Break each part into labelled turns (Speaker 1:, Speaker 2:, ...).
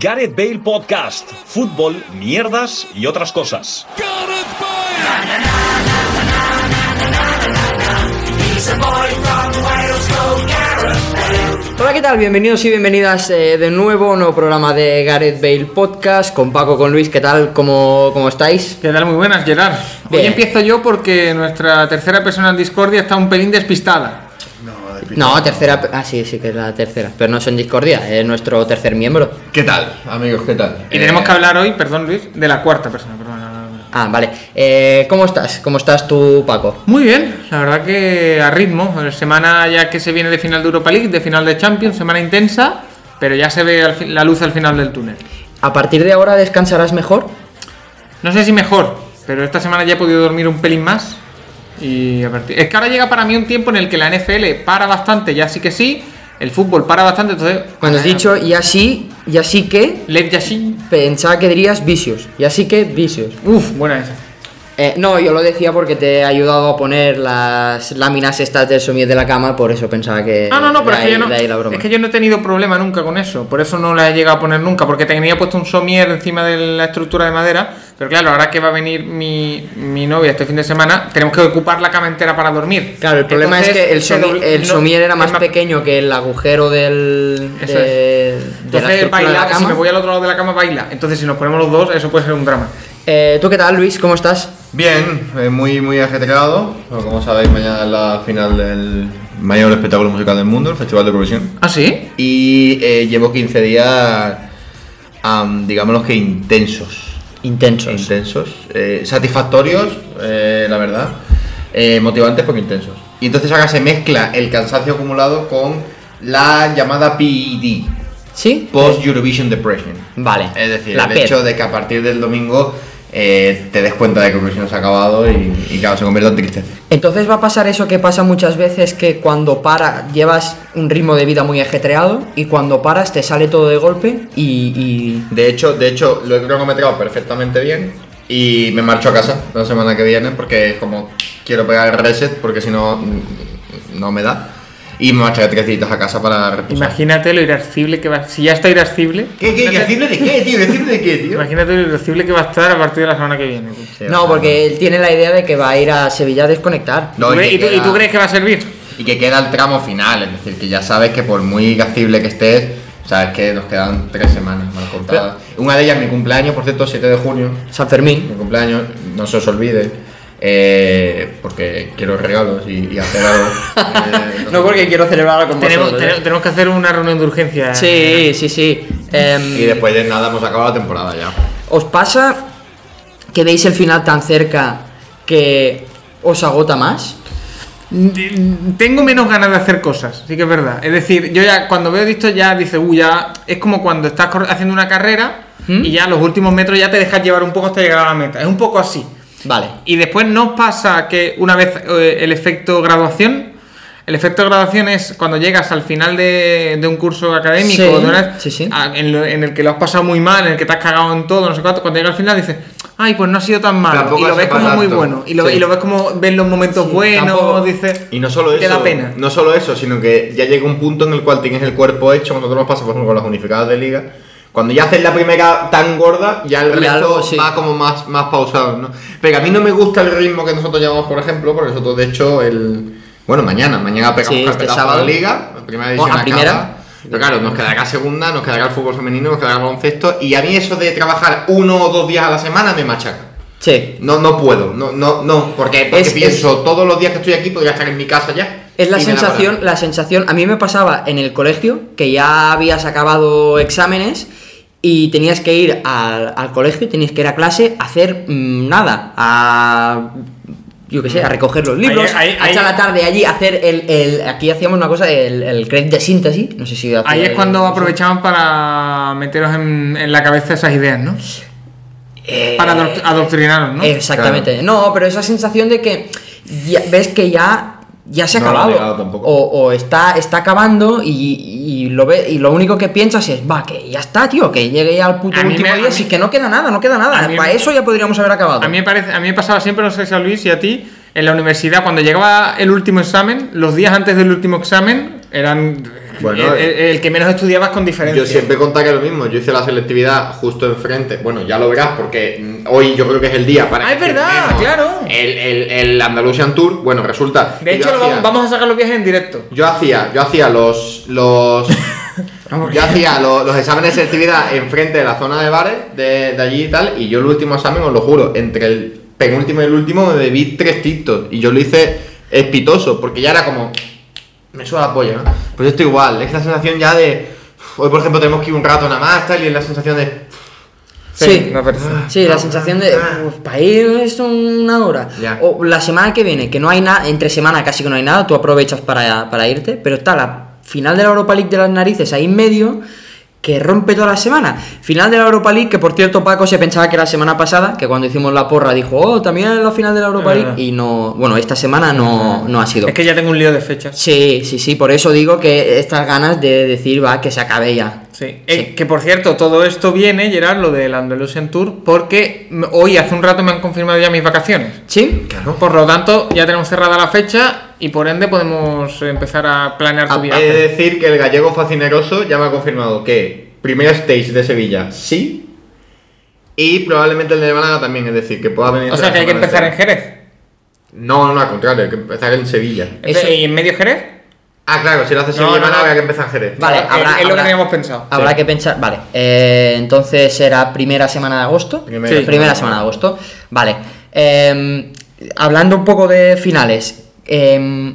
Speaker 1: Gareth Bale Podcast, fútbol, mierdas y otras cosas.
Speaker 2: Hola, ¿qué tal? Bienvenidos y bienvenidas eh, de nuevo a un nuevo programa de Gareth Bale Podcast con Paco, con Luis. ¿Qué tal? ¿Cómo, cómo estáis?
Speaker 3: ¿Qué tal? Muy buenas, Gerard.
Speaker 2: Bien.
Speaker 3: Hoy empiezo yo porque nuestra tercera persona en Discordia está un pelín despistada.
Speaker 4: No, de pito.
Speaker 2: No, tercera. pe- Ah, sí, sí que es la tercera. Pero no es en Discordia, es nuestro tercer miembro.
Speaker 4: ¿Qué tal, amigos? ¿Qué tal?
Speaker 3: Y
Speaker 4: Eh,
Speaker 3: tenemos que hablar hoy, perdón, Luis, de la cuarta persona. perdón, no, no, no.
Speaker 2: Ah, vale. Eh, ¿Cómo estás? ¿Cómo estás tú, Paco?
Speaker 3: Muy bien, la verdad que a ritmo. Semana ya que se viene de final de Europa League, de final de Champions, semana intensa, pero ya se ve al fin- la luz al final del túnel.
Speaker 2: ¿A partir de ahora descansarás mejor?
Speaker 3: No sé si mejor, pero esta semana ya he podido dormir un pelín más. Y a partir... Es que ahora llega para mí un tiempo en el que la NFL para bastante, ya sí que sí, el fútbol para bastante, entonces...
Speaker 2: Cuando has dicho y así, y así que,
Speaker 3: Lev Yashin.
Speaker 2: pensaba que dirías vicios. Y así que vicios.
Speaker 3: Uf, buena esa.
Speaker 2: Eh, no, yo lo decía porque te he ayudado a poner las láminas estas del somier de la cama, por eso pensaba que.
Speaker 3: Ah, no, no, pero
Speaker 2: Eh, de
Speaker 3: es que, yo
Speaker 2: ahí-
Speaker 3: no,
Speaker 2: de ahí la broma.
Speaker 3: es que yo no he tenido problema nunca con eso. Por eso no la he llegado a poner nunca, porque tenía puesto un somier encima de la estructura de madera. Pero claro, ahora que va a venir mi, mi novia este fin de semana, tenemos que ocupar la cama entera para dormir.
Speaker 2: Claro, el problema
Speaker 3: Entonces,
Speaker 2: es que el,
Speaker 3: se
Speaker 2: somi-
Speaker 3: dobl-
Speaker 2: el
Speaker 3: no-
Speaker 2: somier era
Speaker 3: es
Speaker 2: más pequeño que el agujero del.
Speaker 3: Eso
Speaker 2: de, de la
Speaker 3: Entonces
Speaker 2: estructura de la
Speaker 3: baila, si
Speaker 2: cama.
Speaker 3: me voy al otro lado de la cama baila. Entonces si nos ponemos los dos, eso puede ser un drama.
Speaker 2: Eh, ¿Tú qué tal, Luis? ¿Cómo estás?
Speaker 4: Bien, eh, muy, muy ajetreado. Bueno, Como sabéis, mañana es la final del mayor espectáculo musical del mundo, el Festival de Eurovisión.
Speaker 3: ¿Ah, sí?
Speaker 4: Y eh, llevo 15 días, am, digámoslo que intensos.
Speaker 2: Intensos.
Speaker 4: Intensos. eh, satisfactorios, eh, la verdad. eh, motivantes porque intensos. Y entonces ahora se mezcla el cansancio acumulado con la llamada PED,
Speaker 2: ¿Sí?
Speaker 4: Post Eurovision Depression.
Speaker 2: Vale.
Speaker 4: Es decir,
Speaker 2: la E
Speaker 4: el
Speaker 2: PED.
Speaker 4: hecho de que a partir del domingo eh, te des cuenta de que Eurovisión se ha acabado y, y claro, se convierte en tristeza.
Speaker 2: Entonces va a pasar eso que pasa muchas veces que cuando para llevas un ritmo de vida muy ajetreado y cuando paras te sale todo de golpe y- y
Speaker 4: De hecho, de hecho, lo he cronometrado perfectamente bien y me marcho a casa la semana que viene porque es como quiero pegar el reset porque si no, mm, no me da. Y me marcharé tres días a casa para reposar.
Speaker 3: Imagínate lo irascible que va Si ya está irascible...
Speaker 4: ¿Qué, qué, qué? ¿Decirle
Speaker 3: imagínate-
Speaker 4: de qué, tío? ¿Decirle de qué, tío?
Speaker 3: Imagínate lo irascible que va a estar a partir de la semana que viene. tú.
Speaker 4: Sí, o
Speaker 2: No,
Speaker 4: sea,
Speaker 2: porque él tiene la idea de que va a ir a Sevilla a desconectar.
Speaker 4: No,
Speaker 3: ¿Tú
Speaker 4: y
Speaker 3: crees-
Speaker 4: que
Speaker 3: y tú- ¿Y
Speaker 4: queda-
Speaker 3: tú crees que va a servir?
Speaker 4: Y que queda el tramo final, es decir, que ya sabes que por muy gacible que estés, sabes que nos quedan tres semanas, me lo contaba. Una de ellas, mi cumpleaños, por cierto, 7 de junio,
Speaker 2: San Fermín.
Speaker 4: mi cumpleaños, no se os olvide, eh, porque quiero regalos y, y hacer algo. eh,
Speaker 2: No, porque quiero celebrarla con
Speaker 3: Tenemos,
Speaker 2: vosotros,
Speaker 3: tenemos-
Speaker 2: ¿eh?
Speaker 3: tenemos que hacer una reunión de urgencia.
Speaker 2: Sí, sí, sí. Em,
Speaker 4: Y después de nada hemos acabado la temporada ya.
Speaker 2: ¿Os pasa que veis el final tan cerca que os agota más?
Speaker 3: Mm, Tengo menos ganas de hacer cosas, sí que es verdad. Es decir, yo ya cuando veo esto ya dice, uy, ya. Es como cuando estás corre- haciendo una carrera
Speaker 2: ¿Mm?
Speaker 3: y ya los últimos metros ya te dejas llevar un poco hasta llegar a la meta. Es un poco así.
Speaker 2: Vale.
Speaker 3: Y después nos pasa que una vez eh, el efecto graduación, el efecto graduación es cuando llegas al final de, de un curso académico,
Speaker 2: Sí,
Speaker 3: de una-
Speaker 2: sí, sí.
Speaker 3: a- en, lo- en el que lo has pasado muy mal, en el que te has cagado en todo, no sé cuánto, cuando llegas al final dices, ay, pues no ha sido tan malo.
Speaker 4: Tampoco
Speaker 3: y
Speaker 4: ha
Speaker 3: lo
Speaker 4: sido
Speaker 3: ves como
Speaker 4: para
Speaker 3: muy
Speaker 4: tanto.
Speaker 3: bueno. Y lo,
Speaker 4: Sí.
Speaker 3: y lo ves como ves los momentos
Speaker 2: Sí,
Speaker 3: buenos,
Speaker 2: tampoco-
Speaker 3: dices...
Speaker 4: Y no solo eso,
Speaker 3: Te da pena.
Speaker 4: no solo eso, sino que ya llega un punto en el cual tienes el cuerpo hecho, nosotros nos pasa por ejemplo con las unificadas de liga. Cuando ya haces la primera tan gorda, ya el resto
Speaker 2: Ya algo, sí.
Speaker 4: va como más, más pausado, ¿no? Pero a mí no me gusta el ritmo que nosotros llevamos, por ejemplo, porque nosotros de hecho el bueno mañana, mañana pegamos
Speaker 2: Sí, este
Speaker 4: carpetazo
Speaker 2: sábado.
Speaker 4: a la liga, la primera
Speaker 2: Bueno,
Speaker 4: edición
Speaker 2: a
Speaker 4: acaba.
Speaker 2: primera.
Speaker 4: Pero claro, nos quedará segunda, nos quedará el fútbol femenino, nos quedará el baloncesto, y a mí eso de trabajar uno o dos días a la semana me machaca.
Speaker 2: Sí.
Speaker 4: No, no puedo, no, no, no, porque, porque
Speaker 2: Es-
Speaker 4: pienso todos los días que estoy aquí podría estar en mi casa ya.
Speaker 2: Es la
Speaker 4: y me da
Speaker 2: sensación,
Speaker 4: para-
Speaker 2: la sensación. A mí me pasaba en el colegio que ya habías acabado exámenes y tenías que ir al, al colegio, tenías que ir a clase a hacer mm, nada, a yo qué sé, a recoger los libros,
Speaker 3: Ahí- ahí-
Speaker 2: a echar
Speaker 3: ahí-
Speaker 2: la tarde allí, a hacer el, el- aquí hacíamos una cosa, el, el crack de síntesis, no sé si hacía
Speaker 3: Ahí es
Speaker 2: el-
Speaker 3: cuando aprovechaban para meteros en, en la cabeza esas ideas, ¿no?
Speaker 2: Eh,
Speaker 3: Para adoc- adoctrinaros, ¿no?
Speaker 2: Exactamente. No, pero esa sensación de que ya- ves que ya, ya se ha
Speaker 4: No lo ha
Speaker 2: acabado.
Speaker 4: llegado tampoco.
Speaker 2: o o está, está acabando y, y lo ve, y lo único que piensas es, va, que ya está, tío, que llegue ya al puto
Speaker 3: A mí
Speaker 2: último
Speaker 3: me-
Speaker 2: día,
Speaker 3: a
Speaker 2: si
Speaker 3: mí-
Speaker 2: que no queda nada, no queda
Speaker 3: a
Speaker 2: nada.
Speaker 3: mí
Speaker 2: Para
Speaker 3: me-
Speaker 2: eso ya podríamos haber acabado.
Speaker 3: A mí, me parece, a mí me pasaba siempre, no sé si a Luis y a ti, en la universidad, cuando llegaba el último examen, los días antes del último examen eran
Speaker 4: Bueno, eh,
Speaker 3: el, el- el que menos estudiabas con diferencia.
Speaker 4: Yo siempre contaré lo mismo, yo hice la selectividad justo enfrente. Bueno, ya lo verás porque mm, hoy yo creo que es el día para.
Speaker 3: Ah, es
Speaker 4: que
Speaker 3: verdad,
Speaker 4: firmemos
Speaker 3: claro.
Speaker 4: El, el- el Andalusian Tour, bueno, resulta.
Speaker 3: De
Speaker 4: que yo
Speaker 3: hecho, lo
Speaker 4: hacía-
Speaker 3: vamos, vamos a sacar los viajes en directo.
Speaker 4: Yo hacía, yo hacía los. los yo hacía lo- los exámenes de selectividad enfrente de la zona de bares de, de allí y tal. Y yo el último examen, os lo juro, entre el penúltimo y el último me bebí tres tintos. Y yo lo hice espitoso, porque ya era como. Me suda la polla, ¿no? Pues esto igual, es la sensación ya de. Hoy, por ejemplo, tenemos que ir un rato nada más, tal, y es la sensación de.
Speaker 2: Sí.
Speaker 3: me parece.
Speaker 4: Ah.
Speaker 2: Sí, la sensación de para ir esto una hora.
Speaker 4: Ya.
Speaker 2: O la semana que viene, que no hay nada, entre semana casi que no hay nada, tú aprovechas para, para irte, pero está la final de la Europa League de las narices ahí en medio que rompe toda la semana. Final de la Europa League, que por cierto Paco se pensaba que era la semana pasada, que cuando hicimos la porra dijo, oh, también es la final de la Europa
Speaker 3: Ah.
Speaker 2: League, y no, bueno, esta semana no, no ha sido.
Speaker 3: Es que ya tengo un lío de fechas.
Speaker 2: Sí, sí, sí, por eso digo que estas ganas de decir, va, que se acabe ya.
Speaker 3: Sí. Eh, que por cierto, todo esto viene, Gerard, lo del Andalusian Tour, porque m- hoy, hace un rato, me han confirmado ya mis vacaciones.
Speaker 2: ¿Sí?
Speaker 4: Claro.
Speaker 3: Por lo tanto, ya tenemos cerrada la fecha y por ende podemos empezar a planear tu
Speaker 4: He
Speaker 3: viaje.
Speaker 4: de decir que el gallego fascineroso ya me ha confirmado que primer stage de Sevilla sí. Y probablemente el de Málaga también, es decir, que pueda venir.
Speaker 3: O sea que hay que empezar en Jerez.
Speaker 4: No, no, al contrario, hay que empezar en Sevilla.
Speaker 2: Eso-
Speaker 3: ¿Y en medio Jerez?
Speaker 4: Ah, claro, si lo hace
Speaker 3: No,
Speaker 4: Sevilla y
Speaker 3: no,
Speaker 4: Málaga,
Speaker 3: no.
Speaker 4: hay que empezar en Jerez.
Speaker 2: Vale,
Speaker 3: Es-
Speaker 2: habrá-
Speaker 3: es lo que
Speaker 2: habrá-
Speaker 3: teníamos pensado.
Speaker 2: Habrá
Speaker 3: Sí.
Speaker 2: que pensar, vale, eh, entonces será primera semana de agosto.
Speaker 4: Primera
Speaker 2: Sí,
Speaker 4: semana.
Speaker 2: primera semana de agosto. Vale, eh, hablando un poco de finales, eh,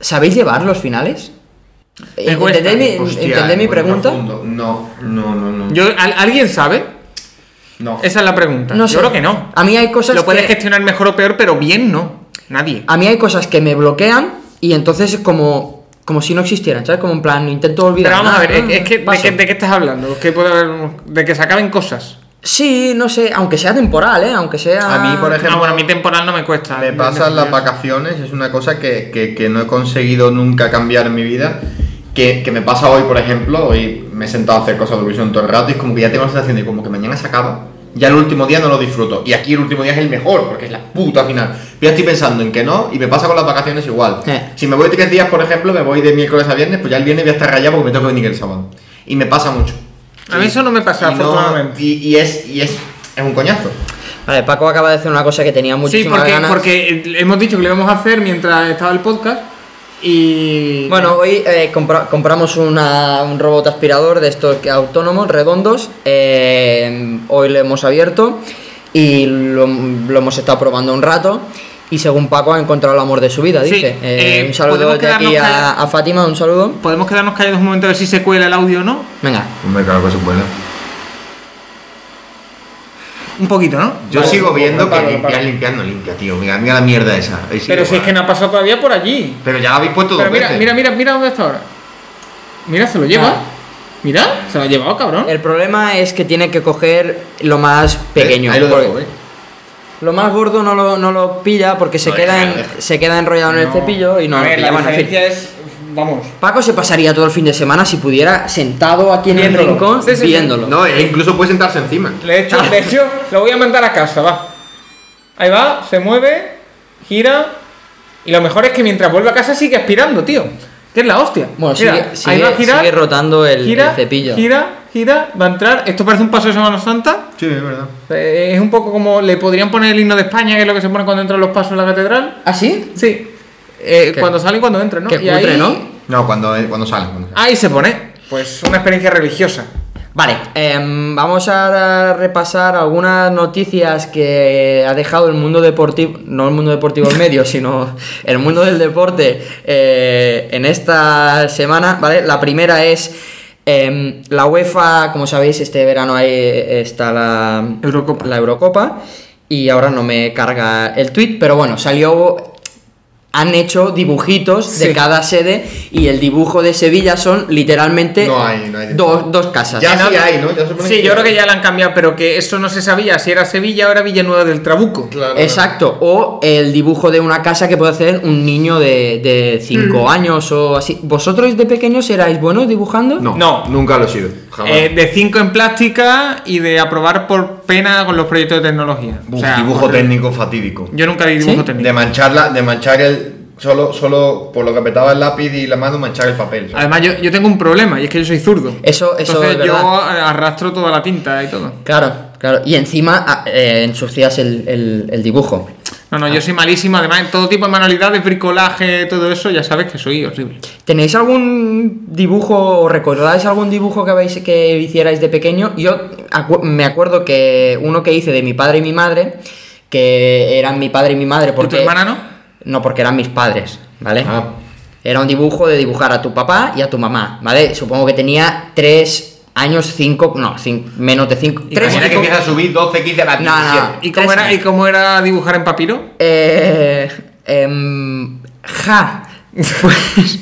Speaker 2: ¿sabéis llevar los finales?
Speaker 3: Me cuesta.
Speaker 2: ¿Entendéis mi,
Speaker 4: Hostia,
Speaker 2: entendéis mi
Speaker 4: muy
Speaker 2: pregunta?
Speaker 4: profundo. No, no, no, no.
Speaker 3: Yo, ¿al- ¿Alguien sabe?
Speaker 4: no.
Speaker 3: Esa es la pregunta.
Speaker 2: No sé.
Speaker 3: Yo creo que no.
Speaker 2: A mí hay cosas
Speaker 3: Lo puedes
Speaker 2: que- Ah,
Speaker 3: gestionar mejor o peor, pero bien no. Nadie.
Speaker 2: A mí hay cosas que me bloquean y entonces es como, como si no existieran, ¿sabes? Como en plan, intento olvidar.
Speaker 3: Pero vamos
Speaker 2: Ah,
Speaker 3: a ver,
Speaker 2: ah,
Speaker 3: es, es que, ¿de,
Speaker 2: paso.
Speaker 3: qué, de qué estás hablando? Que puede haber- de que se acaben cosas.
Speaker 2: Sí, no sé, aunque sea temporal, ¿eh? Aunque sea...
Speaker 4: A mí, por ejemplo,
Speaker 3: Ah, bueno, a mí temporal Ah, no me cuesta.
Speaker 4: Me pasan las vacaciones, es una cosa que, que- que no he conseguido nunca cambiar en mi vida. Que, que me pasa hoy, por ejemplo, hoy me he sentado a hacer cosas de Eurovisión todo el rato y es como que ya tengo la sensación de como que mañana se acaba. Ya el último día no lo disfruto. Y aquí el último día es el mejor, porque es la puta final. Ya estoy pensando en que no, y me pasa con las vacaciones igual.
Speaker 2: Eh.
Speaker 4: Si me voy tres días, por ejemplo, me voy de miércoles a viernes, pues ya el viernes voy a estar rayado porque me tengo que venir el sábado. Y me pasa mucho.
Speaker 3: A mí eso no me pasa,
Speaker 4: Y no-
Speaker 3: afortunadamente.
Speaker 4: y, y es, y es, es un coñazo.
Speaker 2: Vale, Paco acaba de hacer una cosa que tenía
Speaker 3: Sí,
Speaker 2: muchísimas
Speaker 3: porque,
Speaker 2: ganas.
Speaker 3: porque eh, hemos dicho que lo íbamos a hacer mientras estaba el podcast y...
Speaker 2: Bueno, hoy eh, compra- compramos una- un robot aspirador de estos que- autónomos, redondos. eh, hoy lo hemos abierto y lo, lo hemos estado probando un rato. Y según Paco ha encontrado el amor de su vida,
Speaker 3: Sí,
Speaker 2: dice. Eh,
Speaker 3: eh,
Speaker 2: un saludo
Speaker 3: podemos
Speaker 2: de aquí
Speaker 3: quedarnos
Speaker 2: a,
Speaker 3: calla-
Speaker 2: a Fátima, un saludo.
Speaker 3: ¿Podemos quedarnos callados un momento a ver si se cuela el audio o no?
Speaker 2: Venga.
Speaker 4: Hombre, claro que se puede.
Speaker 3: Un poquito, ¿no?
Speaker 4: Yo
Speaker 3: Vale.
Speaker 4: sigo viendo
Speaker 3: Vale,
Speaker 4: que
Speaker 3: vale,
Speaker 4: limpiar,
Speaker 3: vale.
Speaker 4: limpiar no limpia, tío. Mira, mira la mierda esa. Ahí sí
Speaker 3: Pero si es
Speaker 4: va.
Speaker 3: que no ha pasado todavía por allí.
Speaker 4: Pero ya la habéis puesto
Speaker 3: Pero
Speaker 4: dos
Speaker 3: mira,
Speaker 4: veces.
Speaker 3: mira, mira, mira dónde está ahora. Mira, se lo lleva.
Speaker 2: Ah.
Speaker 3: Mira, se lo ha llevado, cabrón.
Speaker 2: El problema es que tiene que coger lo más
Speaker 4: ¿Ves?
Speaker 2: pequeño.
Speaker 4: Eh, Ahí lo dejo,
Speaker 2: porque-
Speaker 4: ¿eh?
Speaker 2: Lo más gordo no lo, no lo pilla porque se,
Speaker 4: No,
Speaker 2: queda
Speaker 4: deja,
Speaker 2: en-
Speaker 4: deja.
Speaker 2: se queda enrollado en el cepillo y no
Speaker 3: A
Speaker 2: lo
Speaker 3: ver,
Speaker 2: pilla.
Speaker 3: la
Speaker 2: Bueno, en fin.
Speaker 3: diferencia es... Vamos.
Speaker 2: Paco se pasaría todo el fin de semana si pudiera sentado aquí en
Speaker 3: Viéndolo.
Speaker 2: el rincón
Speaker 3: Sí, sí, sí.
Speaker 2: viéndolo.
Speaker 4: No, e incluso puede sentarse encima.
Speaker 3: De hecho, de hecho, lo voy a mandar a casa, va. Ahí va, se mueve, gira. Y lo mejor es que mientras vuelve a casa sigue aspirando, tío. Que es la hostia.
Speaker 2: Bueno,
Speaker 3: Mira,
Speaker 2: sigue,
Speaker 3: ahí va a
Speaker 2: sigue-
Speaker 3: girar,
Speaker 2: sigue rotando el,
Speaker 3: gira,
Speaker 2: el cepillo.
Speaker 3: Gira, gira, va a entrar. Esto parece un paso de Semana Santa.
Speaker 4: Sí, es verdad.
Speaker 3: Eh, Es un poco como le podrían poner el himno de España, que es lo que se pone cuando entran los pasos en la catedral.
Speaker 2: ¿Ah, sí?
Speaker 3: Sí. Eh,
Speaker 2: Qué-
Speaker 3: cuando salen y cuando entran, ¿no?
Speaker 2: qué
Speaker 3: Y
Speaker 2: cutre,
Speaker 3: ahí,
Speaker 2: ¿no?
Speaker 4: No, cuando, eh, cuando salen. cuando salen.
Speaker 3: Ahí se pone. Pues una experiencia religiosa.
Speaker 2: Vale, em, vamos a repasar algunas noticias que ha dejado el mundo deportivo, no el mundo deportivo en medio, sino el mundo del deporte eh, en esta semana, ¿vale? La primera es em, la UEFA, como sabéis, este verano ahí está la
Speaker 3: Eurocopa.
Speaker 2: la Eurocopa y ahora no me carga el tweet, pero bueno, salió han hecho dibujitos de
Speaker 3: Sí.
Speaker 2: cada sede y el dibujo de Sevilla son literalmente
Speaker 4: No hay- no hay
Speaker 2: dos, dos casas.
Speaker 4: Ya
Speaker 2: En
Speaker 4: sí
Speaker 2: otro-
Speaker 4: hay, ¿no? Ya se pone
Speaker 3: Sí, yo creo que ya la han cambiado, pero que eso no se sabía. Si era Sevilla, ahora Villanueva del Trabuco.
Speaker 4: Claro.
Speaker 2: Exacto, o el dibujo de una casa que puede hacer un niño de 5 años o así. ¿Vosotros de pequeños erais buenos dibujando?
Speaker 4: No,
Speaker 3: No.
Speaker 4: nunca lo he sido. Jamás.
Speaker 3: Eh, de 5 en plástica y de aprobar por pena con los proyectos de tecnología.
Speaker 4: Bu-
Speaker 3: O sea,
Speaker 4: dibujo
Speaker 3: horrible.
Speaker 4: técnico fatídico.
Speaker 3: Yo nunca di dibujo
Speaker 2: ¿Sí?
Speaker 3: técnico.
Speaker 4: De mancharla, de manchar el solo, solo por lo que apretaba el lápiz y la mano manchar el papel. ¿sabes?
Speaker 3: Además, yo, yo tengo un problema y es que yo soy zurdo.
Speaker 2: Eso- eso
Speaker 3: Entonces
Speaker 2: es
Speaker 3: yo
Speaker 2: verdad.
Speaker 3: arrastro toda la tinta y todo.
Speaker 2: Claro, claro. Y encima ah, eh, ensucias el, el- el dibujo.
Speaker 3: No,
Speaker 2: Ah.
Speaker 3: no, yo soy malísimo. Además, en todo tipo de manualidades, bricolaje, todo eso, ya sabes que soy horrible.
Speaker 2: ¿Tenéis algún dibujo o recordáis algún dibujo que, habéis, que hicierais de pequeño? Yo acu- me acuerdo que uno que hice de mi padre y mi madre, que eran mi padre y mi madre
Speaker 3: ¿Por
Speaker 2: porque...
Speaker 3: tu hermana no?
Speaker 2: No, porque eran mis padres, ¿vale?
Speaker 4: Ah.
Speaker 2: Era un dibujo de dibujar a tu papá y a tu mamá, ¿vale? Supongo que tenía tres años, cinco, no, cin- menos de cinco.
Speaker 3: Y
Speaker 2: Tres,
Speaker 3: como
Speaker 4: Imagina que
Speaker 2: cinco-
Speaker 4: empieza a subir 12, 15 a la
Speaker 2: No, no,
Speaker 4: 17.
Speaker 3: ¿Y cómo,
Speaker 2: Tres
Speaker 3: era, ¿Y
Speaker 2: años.
Speaker 3: cómo era dibujar en papiro?
Speaker 2: Eh, em, ja. Pues,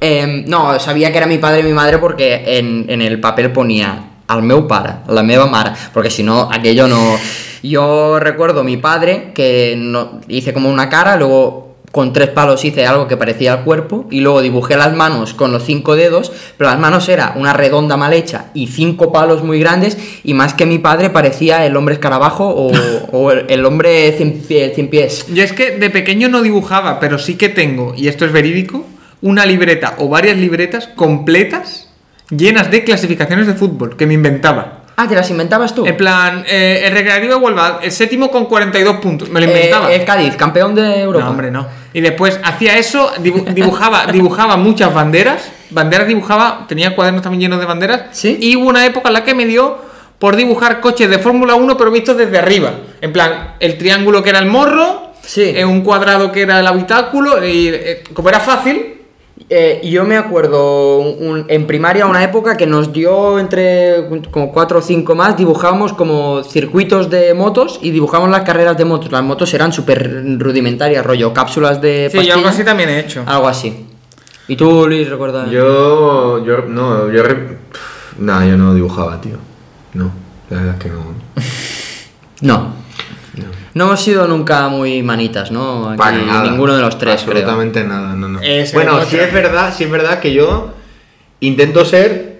Speaker 2: em, no, sabía que era mi padre y mi madre porque en, en el papel ponía al meu pare, a la meva mare, porque si no, aquello no... Yo recuerdo a mi padre que no, hice como una cara, luego con tres palos hice algo que parecía al cuerpo y luego dibujé las manos con los cinco dedos, pero las manos era una redonda mal hecha y cinco palos muy grandes y más que mi padre parecía el hombre escarabajo o, o el, el hombre cien, pie- cien pies.
Speaker 3: Yo es que de pequeño no dibujaba, pero sí que tengo, y esto es verídico, una libreta o varias libretas completas llenas de clasificaciones de fútbol que me inventaba.
Speaker 2: Ah, ¿te las inventabas tú?
Speaker 3: En plan, eh, el recreativo de Huelva, el séptimo con 42 puntos, me lo
Speaker 2: Eh,
Speaker 3: inventaba.
Speaker 2: el Cádiz, campeón de Europa.
Speaker 3: No, hombre, no. Y después hacía eso, dibu- dibujaba, dibujaba muchas banderas. Banderas dibujaba, tenía cuadernos también llenos de banderas.
Speaker 2: Sí.
Speaker 3: Y hubo una época en la que me dio por dibujar coches de Fórmula 1, pero vistos desde arriba. En plan, el triángulo que era el morro,
Speaker 2: Sí.
Speaker 3: eh, un cuadrado que era el habitáculo, y eh, como era fácil.
Speaker 2: Eh, yo me acuerdo un- en primaria una época que nos dio entre como cuatro o cinco más, dibujábamos como circuitos de motos y dibujábamos las carreras de motos. Las motos eran súper rudimentarias, rollo, cápsulas de
Speaker 3: Sí,
Speaker 2: pastilla,
Speaker 3: yo
Speaker 2: Ah,
Speaker 3: algo así también he hecho.
Speaker 2: algo así. ¿Y tú, Luis, recuerdas?
Speaker 5: Yo, yo, no, yo, re- nah, yo no dibujaba, tío. No, la verdad es que no.
Speaker 2: No. No hemos sido nunca muy manitas, ¿no? Aquí,
Speaker 5: Para nada.
Speaker 2: ninguno de los tres, creo.
Speaker 5: Absolutamente nada, no, no.
Speaker 3: Ese
Speaker 5: bueno,
Speaker 3: es
Speaker 5: sí
Speaker 3: otra.
Speaker 5: es verdad, sí es verdad que yo intento ser.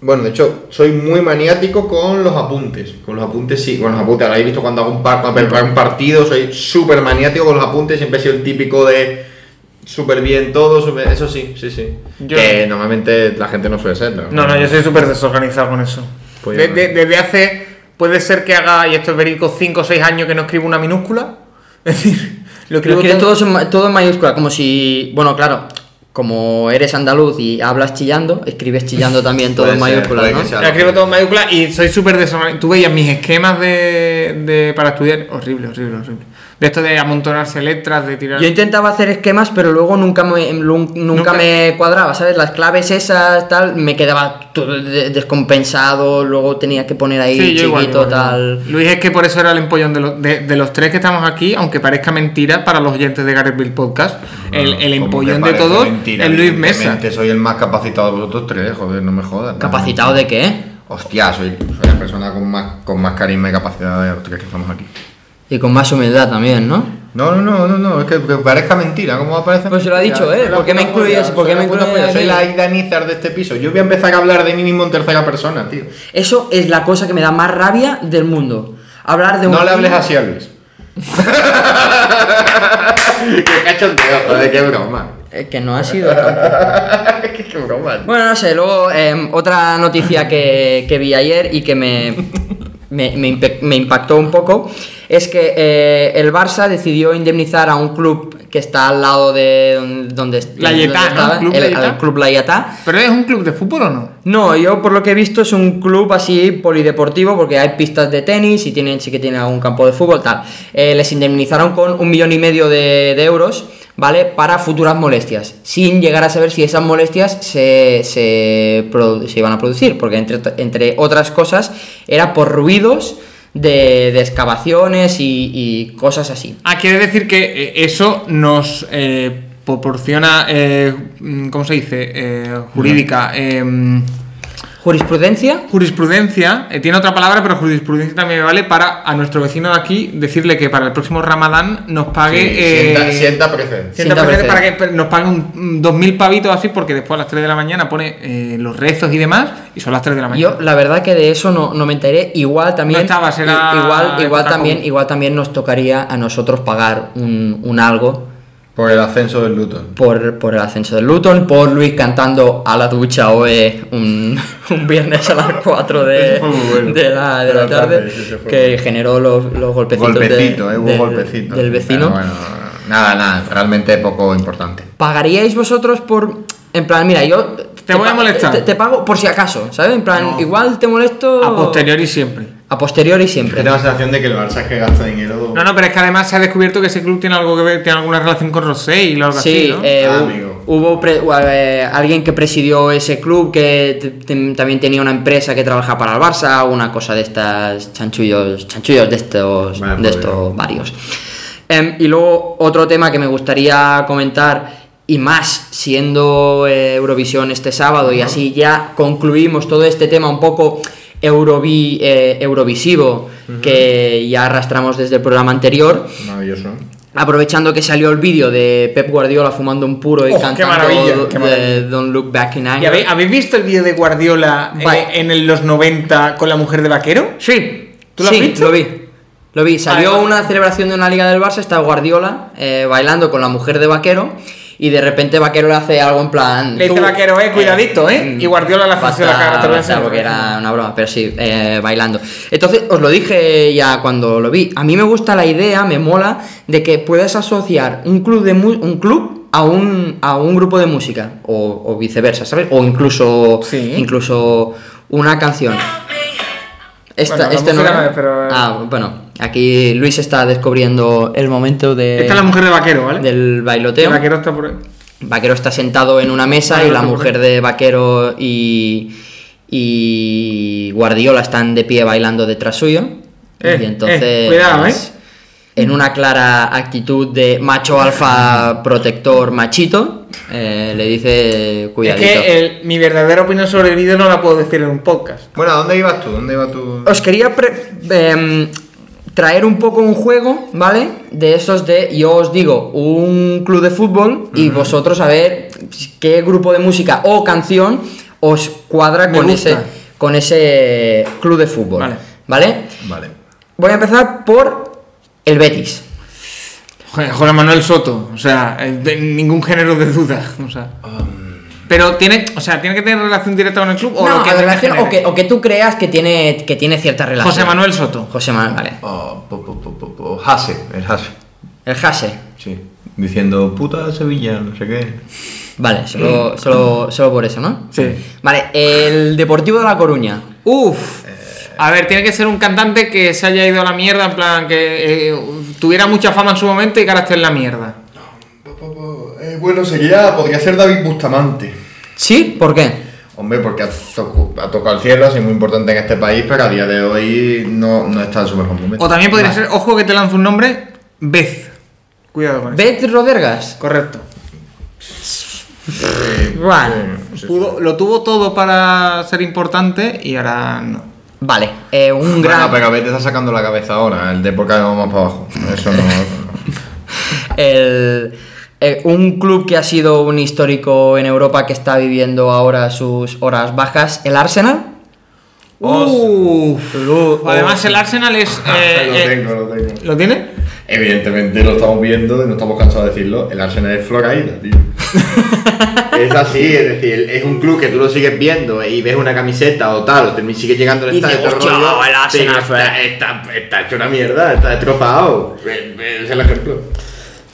Speaker 5: Bueno, de hecho, soy muy maniático con los apuntes. Con los apuntes sí, con los apuntes. Lo habéis visto cuando hago un, par- cuando preparo un partido, soy súper maniático con los apuntes. Siempre he sido el típico de súper bien todo, súper- eso sí, sí, sí.
Speaker 3: Yo-
Speaker 5: Que normalmente la gente no suele ser. la
Speaker 3: No,
Speaker 5: verdad.
Speaker 3: no, yo soy súper desorganizado con eso.
Speaker 5: Pues
Speaker 3: De-
Speaker 5: yo no.
Speaker 3: de- desde hace, puede ser que haga, y esto es verídico, 5 o 6 años que no escribo una minúscula. Es decir, lo
Speaker 2: Lo
Speaker 3: escribo
Speaker 2: quiere
Speaker 3: todo-
Speaker 2: todo, en ma- todo en mayúscula, como si. Bueno, claro, como eres andaluz y hablas chillando, escribes chillando también todo
Speaker 5: Puede
Speaker 2: en
Speaker 5: ser,
Speaker 2: mayúscula,
Speaker 5: puede que
Speaker 2: ¿no?
Speaker 5: sea.
Speaker 3: La escribo todo en mayúscula y soy súper desorganizado. Tú veías mis esquemas de, de- para estudiar. Horrible, horrible, horrible. De esto de amontonarse letras, de tirar.
Speaker 2: Yo intentaba hacer esquemas, pero luego nunca me, nun- nunca,
Speaker 3: Nunca.
Speaker 2: me cuadraba, ¿sabes? Las claves esas, tal, me quedaba todo de- descompensado, luego tenía que poner ahí
Speaker 3: Sí, yo
Speaker 2: chiquito,
Speaker 3: igual, igual,
Speaker 2: tal.
Speaker 3: igual. Luis es que por eso era el empollón de, los- de- de los tres que estamos aquí, aunque parezca mentira para los oyentes de Garretville Podcast. el el
Speaker 4: Como
Speaker 3: empollón
Speaker 4: que
Speaker 3: de
Speaker 4: parece
Speaker 3: todos
Speaker 4: mentira,
Speaker 3: es Luis Mesa.
Speaker 4: evidentemente, Soy el más capacitado de vosotros tres, eh, joder, no me jodas. no.
Speaker 2: ¿Capacitado de qué?
Speaker 4: Hostia, soy, soy la persona con más, con más carisma y capacidad de los tres que estamos aquí.
Speaker 2: Y con más humildad también, ¿no?
Speaker 4: No, no, no, no, no, es que, que parezca mentira, ¿cómo va a parecer?
Speaker 2: Pues se lo ha
Speaker 4: mentira?
Speaker 2: dicho él,
Speaker 4: Soy la
Speaker 2: ¿por qué me
Speaker 4: puta polla,
Speaker 2: incluyes?
Speaker 4: soy
Speaker 2: ¿Por qué me
Speaker 4: la puta
Speaker 2: incluyes
Speaker 4: polla, Soy la
Speaker 2: aquí?
Speaker 4: Aida Nizar de este piso. Yo voy a empezar a hablar de mí mismo en tercera persona, tío.
Speaker 2: Eso es la cosa que me da más rabia del mundo. Hablar de un.
Speaker 4: No le hables así a Luis. qué cachondeo, joder, qué broma.
Speaker 2: Eh, que no ha sido. tampoco.
Speaker 4: qué broma. tío.
Speaker 2: Bueno, no sé, luego em, otra noticia que, que vi ayer y que me, me, me impe- me impactó un poco es que eh, el Barça decidió indemnizar a un club que está al lado de don- donde,
Speaker 3: La
Speaker 2: donde
Speaker 3: Yetá, ¿no?
Speaker 2: estaba,
Speaker 3: Club
Speaker 2: el,
Speaker 3: La Yetá.
Speaker 2: al club La Yetá.
Speaker 3: ¿Pero es un club de fútbol o no?
Speaker 2: No, yo por lo que he visto es un club así polideportivo porque hay pistas de tenis y tienen, sí que tienen algún campo de fútbol, tal. Eh, les indemnizaron con un millón y medio de, de euros, ¿vale? Para futuras molestias, sin llegar a saber si esas molestias se, se, pro- se iban a producir, porque entre, entre otras cosas era por ruidos de, de excavaciones y, y cosas así.
Speaker 3: Ah, quiere decir que eh, eso nos eh, proporciona, eh, mm, ¿cómo se dice? Eh, jurídica. em,
Speaker 2: Jurisprudencia
Speaker 3: jurisprudencia, eh, tiene otra palabra, pero jurisprudencia también me vale para a nuestro vecino de aquí decirle que para el próximo Ramadán nos pague.
Speaker 4: Sí,
Speaker 3: eh,
Speaker 4: sienta, sienta precedente.
Speaker 2: Sienta
Speaker 3: sienta precedente
Speaker 2: precedente.
Speaker 3: para que pre- nos pague un- un 2.000 pavitos así, porque después a las 3 de la mañana pone eh, los rezos y demás, y son las 3 de la mañana.
Speaker 2: Yo la verdad que de eso no, no me enteré. Igual también.
Speaker 3: Ah, No estabas, era
Speaker 2: i- igual, igual
Speaker 3: época
Speaker 2: también,
Speaker 3: COVID.
Speaker 2: igual también nos tocaría a nosotros pagar un, un algo
Speaker 4: Por el ascenso del Luton.
Speaker 2: por, por el ascenso del Luton, por Luis cantando a la ducha hoy un, un viernes a las 4 de,
Speaker 4: Eso fue muy bueno.
Speaker 2: de la,
Speaker 4: De
Speaker 2: de la
Speaker 4: la tarde,
Speaker 2: tarde,
Speaker 4: sí, sí, fue
Speaker 2: que generó los, los golpecitos de-
Speaker 4: Golpecito, eh, hubo
Speaker 2: del-
Speaker 4: golpecito.
Speaker 2: del vecino.
Speaker 4: Pero bueno, nada, nada, realmente poco importante.
Speaker 2: ¿Pagaríais vosotros por... En plan, mira, yo...
Speaker 3: Te voy a
Speaker 2: pa-
Speaker 3: molestar.
Speaker 2: Te, te pago por si acaso, ¿sabes? En plan,
Speaker 3: No.
Speaker 2: igual te molesto...
Speaker 3: A posteriori siempre.
Speaker 2: A posteriori siempre.
Speaker 5: Tengo la sensación de que el Barça es que gasta dinero.
Speaker 3: No, no, pero es que además se ha descubierto que ese club tiene algo que ver, tiene alguna relación con Rosé y algo
Speaker 2: Sí,
Speaker 3: así, ¿no?
Speaker 2: eh,
Speaker 5: Ah,
Speaker 2: hu-
Speaker 5: amigo.
Speaker 2: hubo pre- u- eh, alguien que presidió ese club que t- t- también tenía una empresa que trabaja para el Barça, una cosa de estas chanchullos, chanchullos de estos,
Speaker 5: Vaya
Speaker 2: de
Speaker 5: por
Speaker 2: estos varios. Em, y luego otro tema que me gustaría comentar y más siendo eh, Eurovisión este sábado y así ya concluimos todo este tema un poco eurovi- eh, eurovisivo que ya arrastramos desde el programa anterior.
Speaker 4: Maravilloso.
Speaker 2: Aprovechando que salió el vídeo de Pep Guardiola fumando un puro y
Speaker 3: Oh, qué
Speaker 2: cantando
Speaker 3: maravilla, qué
Speaker 2: de
Speaker 3: maravilla.
Speaker 2: Don't Look Back in
Speaker 3: ¿Y
Speaker 2: Anger.
Speaker 3: habéis, habéis visto el vídeo de Guardiola eh,
Speaker 2: Vale.
Speaker 3: en el- los 90 con la mujer de vaquero?
Speaker 2: Sí,
Speaker 3: ¿Tú lo has
Speaker 2: sí,
Speaker 3: visto?
Speaker 2: lo vi. Lo vi. Salió
Speaker 3: Vale, vale.
Speaker 2: una celebración de una liga del Barça, está Guardiola eh, bailando con la mujer de Vaquero y de repente Vaquero le hace algo en plan...
Speaker 3: Le dice
Speaker 2: "Tú,
Speaker 3: Vaquero, eh, cuidadito, eh".
Speaker 2: mm,
Speaker 3: Y Guardiola le hace
Speaker 2: basta,
Speaker 3: la cara, te lo voy a
Speaker 2: basta,
Speaker 3: enseñar.
Speaker 2: porque era una broma, pero sí, eh, bailando. Entonces, os lo dije ya cuando lo vi. A mí me gusta la idea, me mola, de que puedas asociar un club de mu- un club a un, a un grupo de música. O, o viceversa, ¿sabes? O incluso,
Speaker 3: Sí.
Speaker 2: incluso una canción. Esta,
Speaker 3: Bueno, la
Speaker 2: este no
Speaker 3: música
Speaker 2: era.
Speaker 3: no es, pero, eh.
Speaker 2: Ah, bueno. Aquí Luis está descubriendo el momento de,
Speaker 3: Esta es la mujer de vaquero, ¿vale?
Speaker 2: del
Speaker 3: El
Speaker 2: bailoteo.
Speaker 3: vaquero está por ahí.
Speaker 2: Vaquero está sentado en una mesa
Speaker 3: Ah,
Speaker 2: y
Speaker 3: no
Speaker 2: la
Speaker 3: te
Speaker 2: mujer de Vaquero y, y Guardiola están de pie bailando detrás suyo.
Speaker 3: Eh,
Speaker 2: y entonces, pues,
Speaker 3: eh, cuidado, ¿eh?
Speaker 2: en una clara actitud de macho alfa protector machito, eh, le dice cuidadito.
Speaker 3: Es que eh, el- mi verdadera opinión sobre el vídeo no la puedo decir en un podcast.
Speaker 4: Bueno, ¿a dónde ibas tú? ¿Dónde ibas tú?
Speaker 2: Os quería pre- em, traer un poco un juego, ¿vale? De esos de, yo os digo, un club de fútbol y vosotros a ver qué grupo de música o canción os cuadra
Speaker 3: Me
Speaker 2: con
Speaker 3: gusta.
Speaker 2: ese, con ese club de fútbol.
Speaker 3: Vale.
Speaker 2: ¿Vale?
Speaker 4: Vale.
Speaker 2: Voy a empezar por el Betis.
Speaker 3: Joder, Juan Manuel Soto, o sea, eh, de ningún género de duda, o sea.
Speaker 4: Um,
Speaker 3: Pero tiene, o sea, tiene que tener relación directa con el club o
Speaker 2: No,
Speaker 3: lo que
Speaker 2: en
Speaker 3: te
Speaker 2: relación- o,
Speaker 3: genere?
Speaker 2: que, o que tú creas que tiene, que tiene cierta relación.
Speaker 3: José Manuel Soto.
Speaker 2: José Manuel, vale.
Speaker 4: Oh, po, po, po, po, po. Hase, el Hase.
Speaker 2: El Hase.
Speaker 4: Sí. Diciendo puta Sevilla, no sé qué.
Speaker 2: Vale, solo, solo, solo por eso, ¿no?
Speaker 3: Sí.
Speaker 2: Vale, el Deportivo de La Coruña.
Speaker 3: Uf. A ver, tiene que ser un cantante que se haya ido a la mierda, en plan, que eh, tuviera mucha fama en su momento y que ahora esté en la mierda.
Speaker 5: Eh, bueno, sería. Podría ser David Bustamante.
Speaker 2: ¿Sí? ¿Por qué?
Speaker 4: Hombre, porque ha, tocu- ha tocado el cielo, ha sido muy importante en este país, pero a día de hoy no, no está en su mejor momento.
Speaker 3: O también podría ser, ojo que te lanzo un nombre, Beth. Cuidado con eso.
Speaker 2: Beth Rodergas.
Speaker 3: Correcto.
Speaker 2: Vale.
Speaker 3: Pudo- lo tuvo todo para ser importante y ahora no.
Speaker 2: Vale, eh, un
Speaker 4: un gran.
Speaker 2: gran.
Speaker 4: pero te está sacando la cabeza ahora, el de por qué vamos más para abajo. Eso no.
Speaker 2: el- eh, un club que ha sido un histórico en Europa que está viviendo ahora sus horas bajas, el Arsenal.
Speaker 3: Uf.
Speaker 2: Lu-
Speaker 3: Además, el Arsenal es. eh, eh,
Speaker 4: lo tengo.
Speaker 3: ¿Lo tiene?
Speaker 4: Evidentemente lo estamos viendo y no estamos cansados de decirlo. El Arsenal es Floraida, tío.
Speaker 5: Es así, es decir, es un club que tú lo sigues viendo y ves una camiseta o tal, o te sigues llegando al
Speaker 2: Y dices,
Speaker 5: estadio. todo
Speaker 2: "Hostia,
Speaker 5: rollo,
Speaker 2: el
Speaker 5: te digo,
Speaker 2: Arsenal
Speaker 5: está, está, está hecho una mierda, está destrozado. Eh, eh, Es el ejemplo.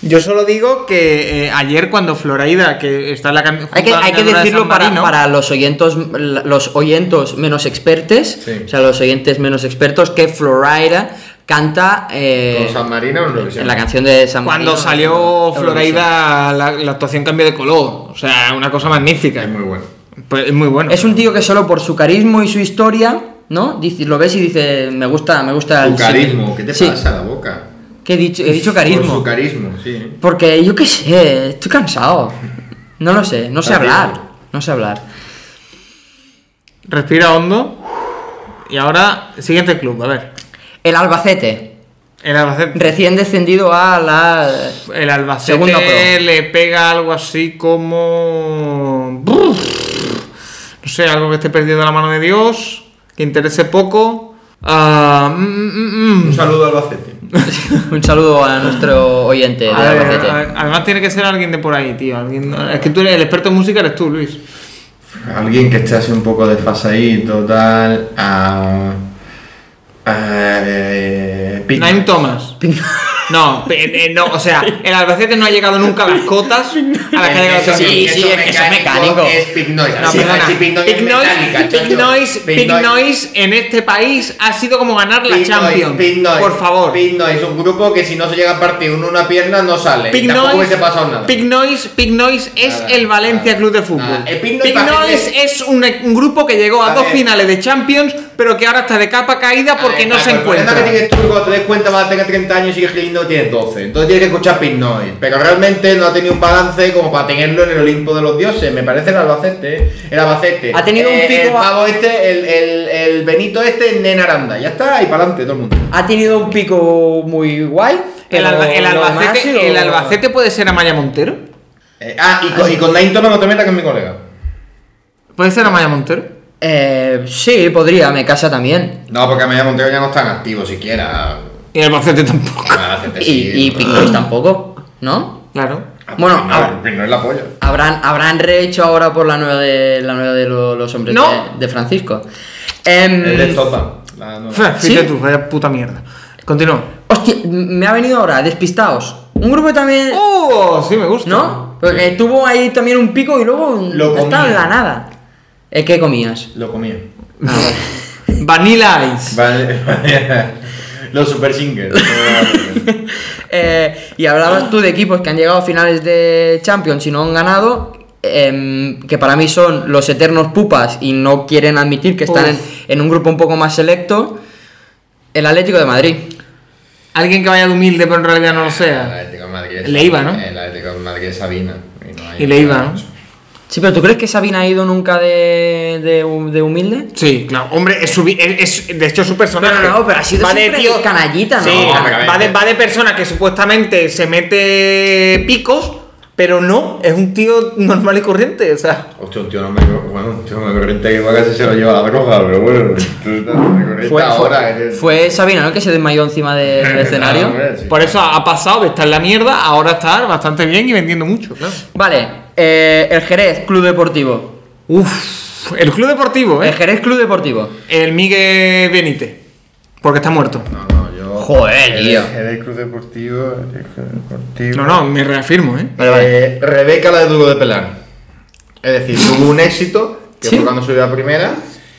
Speaker 3: Yo solo digo que eh, ayer cuando Floraida, que está en la cam-
Speaker 2: Hay que,
Speaker 3: junto a la
Speaker 2: hay que
Speaker 3: ganadora de
Speaker 2: decirlo
Speaker 3: San
Speaker 2: para,
Speaker 3: Marino-
Speaker 2: para los oyentes los oyentos menos expertos,
Speaker 4: Sí.
Speaker 2: o sea, los oyentes menos expertos, que Florida canta eh,
Speaker 4: Con San Marino o no
Speaker 2: en la canción de San
Speaker 3: Cuando
Speaker 2: Marino,
Speaker 3: salió
Speaker 2: Eurovisión.
Speaker 3: Floraida, la, la actuación cambió de color. O sea, una cosa magnífica.
Speaker 4: Es muy bueno.
Speaker 3: Pues es muy bueno.
Speaker 2: Es un tío que solo por su carisma y su historia, ¿no? Dice- lo ves y dice, me gusta, me gusta
Speaker 4: Tu
Speaker 2: el
Speaker 4: carisma, ¿qué te
Speaker 2: Sí.
Speaker 4: pasa la boca?
Speaker 2: ¿Qué he dicho? He dicho
Speaker 4: Por su
Speaker 2: carisma.
Speaker 4: carisma, sí.
Speaker 2: Porque yo qué sé, estoy cansado. No lo sé, no sé
Speaker 4: Carisma.
Speaker 2: hablar. No sé hablar.
Speaker 3: Respira hondo. Y ahora, siguiente club, a ver.
Speaker 2: El Albacete,
Speaker 3: El Albacete.
Speaker 2: recién descendido a la.
Speaker 3: El
Speaker 2: Segundo
Speaker 3: Albacete
Speaker 2: pro.
Speaker 3: le pega algo así como. No sé, algo que esté perdido de la mano de Dios. Que interese poco. Ah, mm, mm, mm.
Speaker 5: Un saludo al Albacete.
Speaker 2: Un saludo a nuestro oyente de
Speaker 3: A ver,
Speaker 2: Albacete.
Speaker 3: a ver, además tiene que ser alguien de por ahí, tío. alguien- es que tú eres el experto en música, eres tú, Luis.
Speaker 5: Alguien que esté así un poco desfasadito, tal. A. a eh, Pink.
Speaker 3: Naim Thomas. No, pe- eh, no, o sea, el Albacete no ha llegado nunca a las cotas a las que ha llegado
Speaker 4: Eso
Speaker 3: Tony.
Speaker 2: sí, sí, es que eso es mecánico.
Speaker 4: Es Pig Noise.
Speaker 3: No,
Speaker 4: Sí,
Speaker 3: perdona.
Speaker 4: sí, Pig Noise es
Speaker 3: Pig Noise,
Speaker 4: mecánica,
Speaker 3: Pig
Speaker 4: chacho.
Speaker 3: Noise, Pig Noise en este país ha sido como ganar la
Speaker 4: Pig Noise,
Speaker 3: Champions.
Speaker 4: Pig Noise,
Speaker 3: Por favor.
Speaker 4: Pig Noise, un grupo que si no se llega a partir uno una pierna no sale.
Speaker 3: Pig
Speaker 4: y tampoco
Speaker 3: Noise,
Speaker 4: hubiese pasado nada.
Speaker 3: Pig Noise, Pig Noise es
Speaker 4: Nada,
Speaker 3: el Valencia
Speaker 4: nada,
Speaker 3: Club de Fútbol.
Speaker 4: nada. El
Speaker 3: Pig
Speaker 4: Pig
Speaker 3: Noise,
Speaker 4: Noise para gente-
Speaker 3: es un, un grupo que llegó a,
Speaker 4: A
Speaker 3: dos
Speaker 4: ver.
Speaker 3: finales de Champions, pero que ahora está de capa
Speaker 2: Ah,
Speaker 3: caída porque no se encuentra.
Speaker 4: Ah, El problema que tienes tú cuando te des cuenta vas a tener 30 años y sigues creyendo que tienes 12. Entonces tienes que escuchar Pig Noise. Pero realmente no ha tenido un balance como para tenerlo en el Olimpo de los dioses. Me parece el Albacete. ¿eh? El Albacete. Eh,
Speaker 2: Ha tenido un pico
Speaker 4: El
Speaker 2: a-
Speaker 4: pavo este, el, el, el Benito este, Nena Aranda. Ya está, y para adelante todo el mundo.
Speaker 2: Ha tenido un pico muy guay.
Speaker 3: El,
Speaker 2: pero
Speaker 3: Alba- el
Speaker 2: lo demás ha sido-
Speaker 3: Albacete, el Albacete puede ser Amaya Montero.
Speaker 4: Eh, ah, y con, y con Nine Tono no te metas con mi colega.
Speaker 3: Puede ser Amaya Montero.
Speaker 2: Eh, sí, podría, me casa también.
Speaker 4: No, porque Amaya Montero ya no es tan activo siquiera.
Speaker 3: Y el Albacete tampoco.
Speaker 2: Pues
Speaker 4: Albacete sí.
Speaker 2: Y, y Pink Floyd tampoco, ¿no?
Speaker 3: Claro.
Speaker 4: Ah, pues
Speaker 2: Bueno,
Speaker 4: Pig Noise- Pig Noise la polla.
Speaker 2: Habrán, habrán rehecho ahora por la nueva de, la nueva de lo- los hombres
Speaker 3: No.
Speaker 2: de, de Francisco. Em,
Speaker 4: El de Zopa. La nueva.
Speaker 3: Fíjate tú, vaya puta mierda. Continúa.
Speaker 2: hostia, me ha venido ahora, despistados. Un grupo que también.
Speaker 3: ¡Oh! Sí, me gusta.
Speaker 2: ¿No? Porque tuvo ahí también un pico y luego
Speaker 4: Lo
Speaker 2: estaba en
Speaker 4: comía.
Speaker 2: la nada. Eh, ¿Qué comías?
Speaker 4: Lo comía.
Speaker 3: Vanilla Ice.
Speaker 4: Vale, vale. Los super singers.
Speaker 2: Eh, y hablabas tú de equipos que han llegado a finales de Champions y no han ganado, em, que para mí son los eternos pupas y no quieren admitir que están en,
Speaker 3: Uf.
Speaker 2: en un grupo un poco más selecto, el Atlético de Madrid.
Speaker 3: Alguien que vaya de humilde, pero en realidad no lo sea.
Speaker 4: Atlético de Madrid.
Speaker 3: Le iba, ¿no?
Speaker 4: El Atlético eh, de Madrid es Sabina. Y, no hay-
Speaker 3: Y le iba, ¿no?
Speaker 2: Sí, pero ¿tú crees que Sabina ha ido nunca de, de hu- de humilde?
Speaker 3: Sí, claro. Hombre, es, su vi- es- es- de hecho es su personaje.
Speaker 2: No, no, no, pero ha sido
Speaker 3: Va de
Speaker 2: siempre
Speaker 3: tío-
Speaker 2: canallita, ¿no?
Speaker 3: Sí,
Speaker 4: No,
Speaker 3: va- va de, va de persona que supuestamente se mete picos, pero no, es un tío normal y corriente, o sea.
Speaker 5: Hostia, un tío no me Bueno, un tío no me corriente que igual casi se lo lleva a la droga, pero bueno. Tú estás me corriente
Speaker 2: Fue,
Speaker 5: ahora.
Speaker 2: fue,
Speaker 5: eres-
Speaker 2: fue Sabina, ¿no? El Que se desmayó encima de- del
Speaker 5: Ah,
Speaker 2: escenario.
Speaker 5: hombre, sí.
Speaker 3: Por eso ha ha pasado de estar en la mierda, ahora está bastante bien y vendiendo mucho, claro.
Speaker 2: Vale, eh, el Jerez Club Deportivo.
Speaker 3: Uf, el Club Deportivo,
Speaker 2: El
Speaker 3: ¿eh?
Speaker 2: Jerez Club Deportivo.
Speaker 3: El Miguel Benítez. Porque está muerto.
Speaker 5: No, no, yo.
Speaker 2: Joder, tío.
Speaker 5: El, el Cruz Deportivo. El Cruz Deportivo.
Speaker 3: No, no, me reafirmo, ¿eh?
Speaker 4: Eh, Rebeca la de Duro de Pelar. Es decir, tuvo un éxito que
Speaker 2: ¿Sí?
Speaker 4: fue cuando subió a primera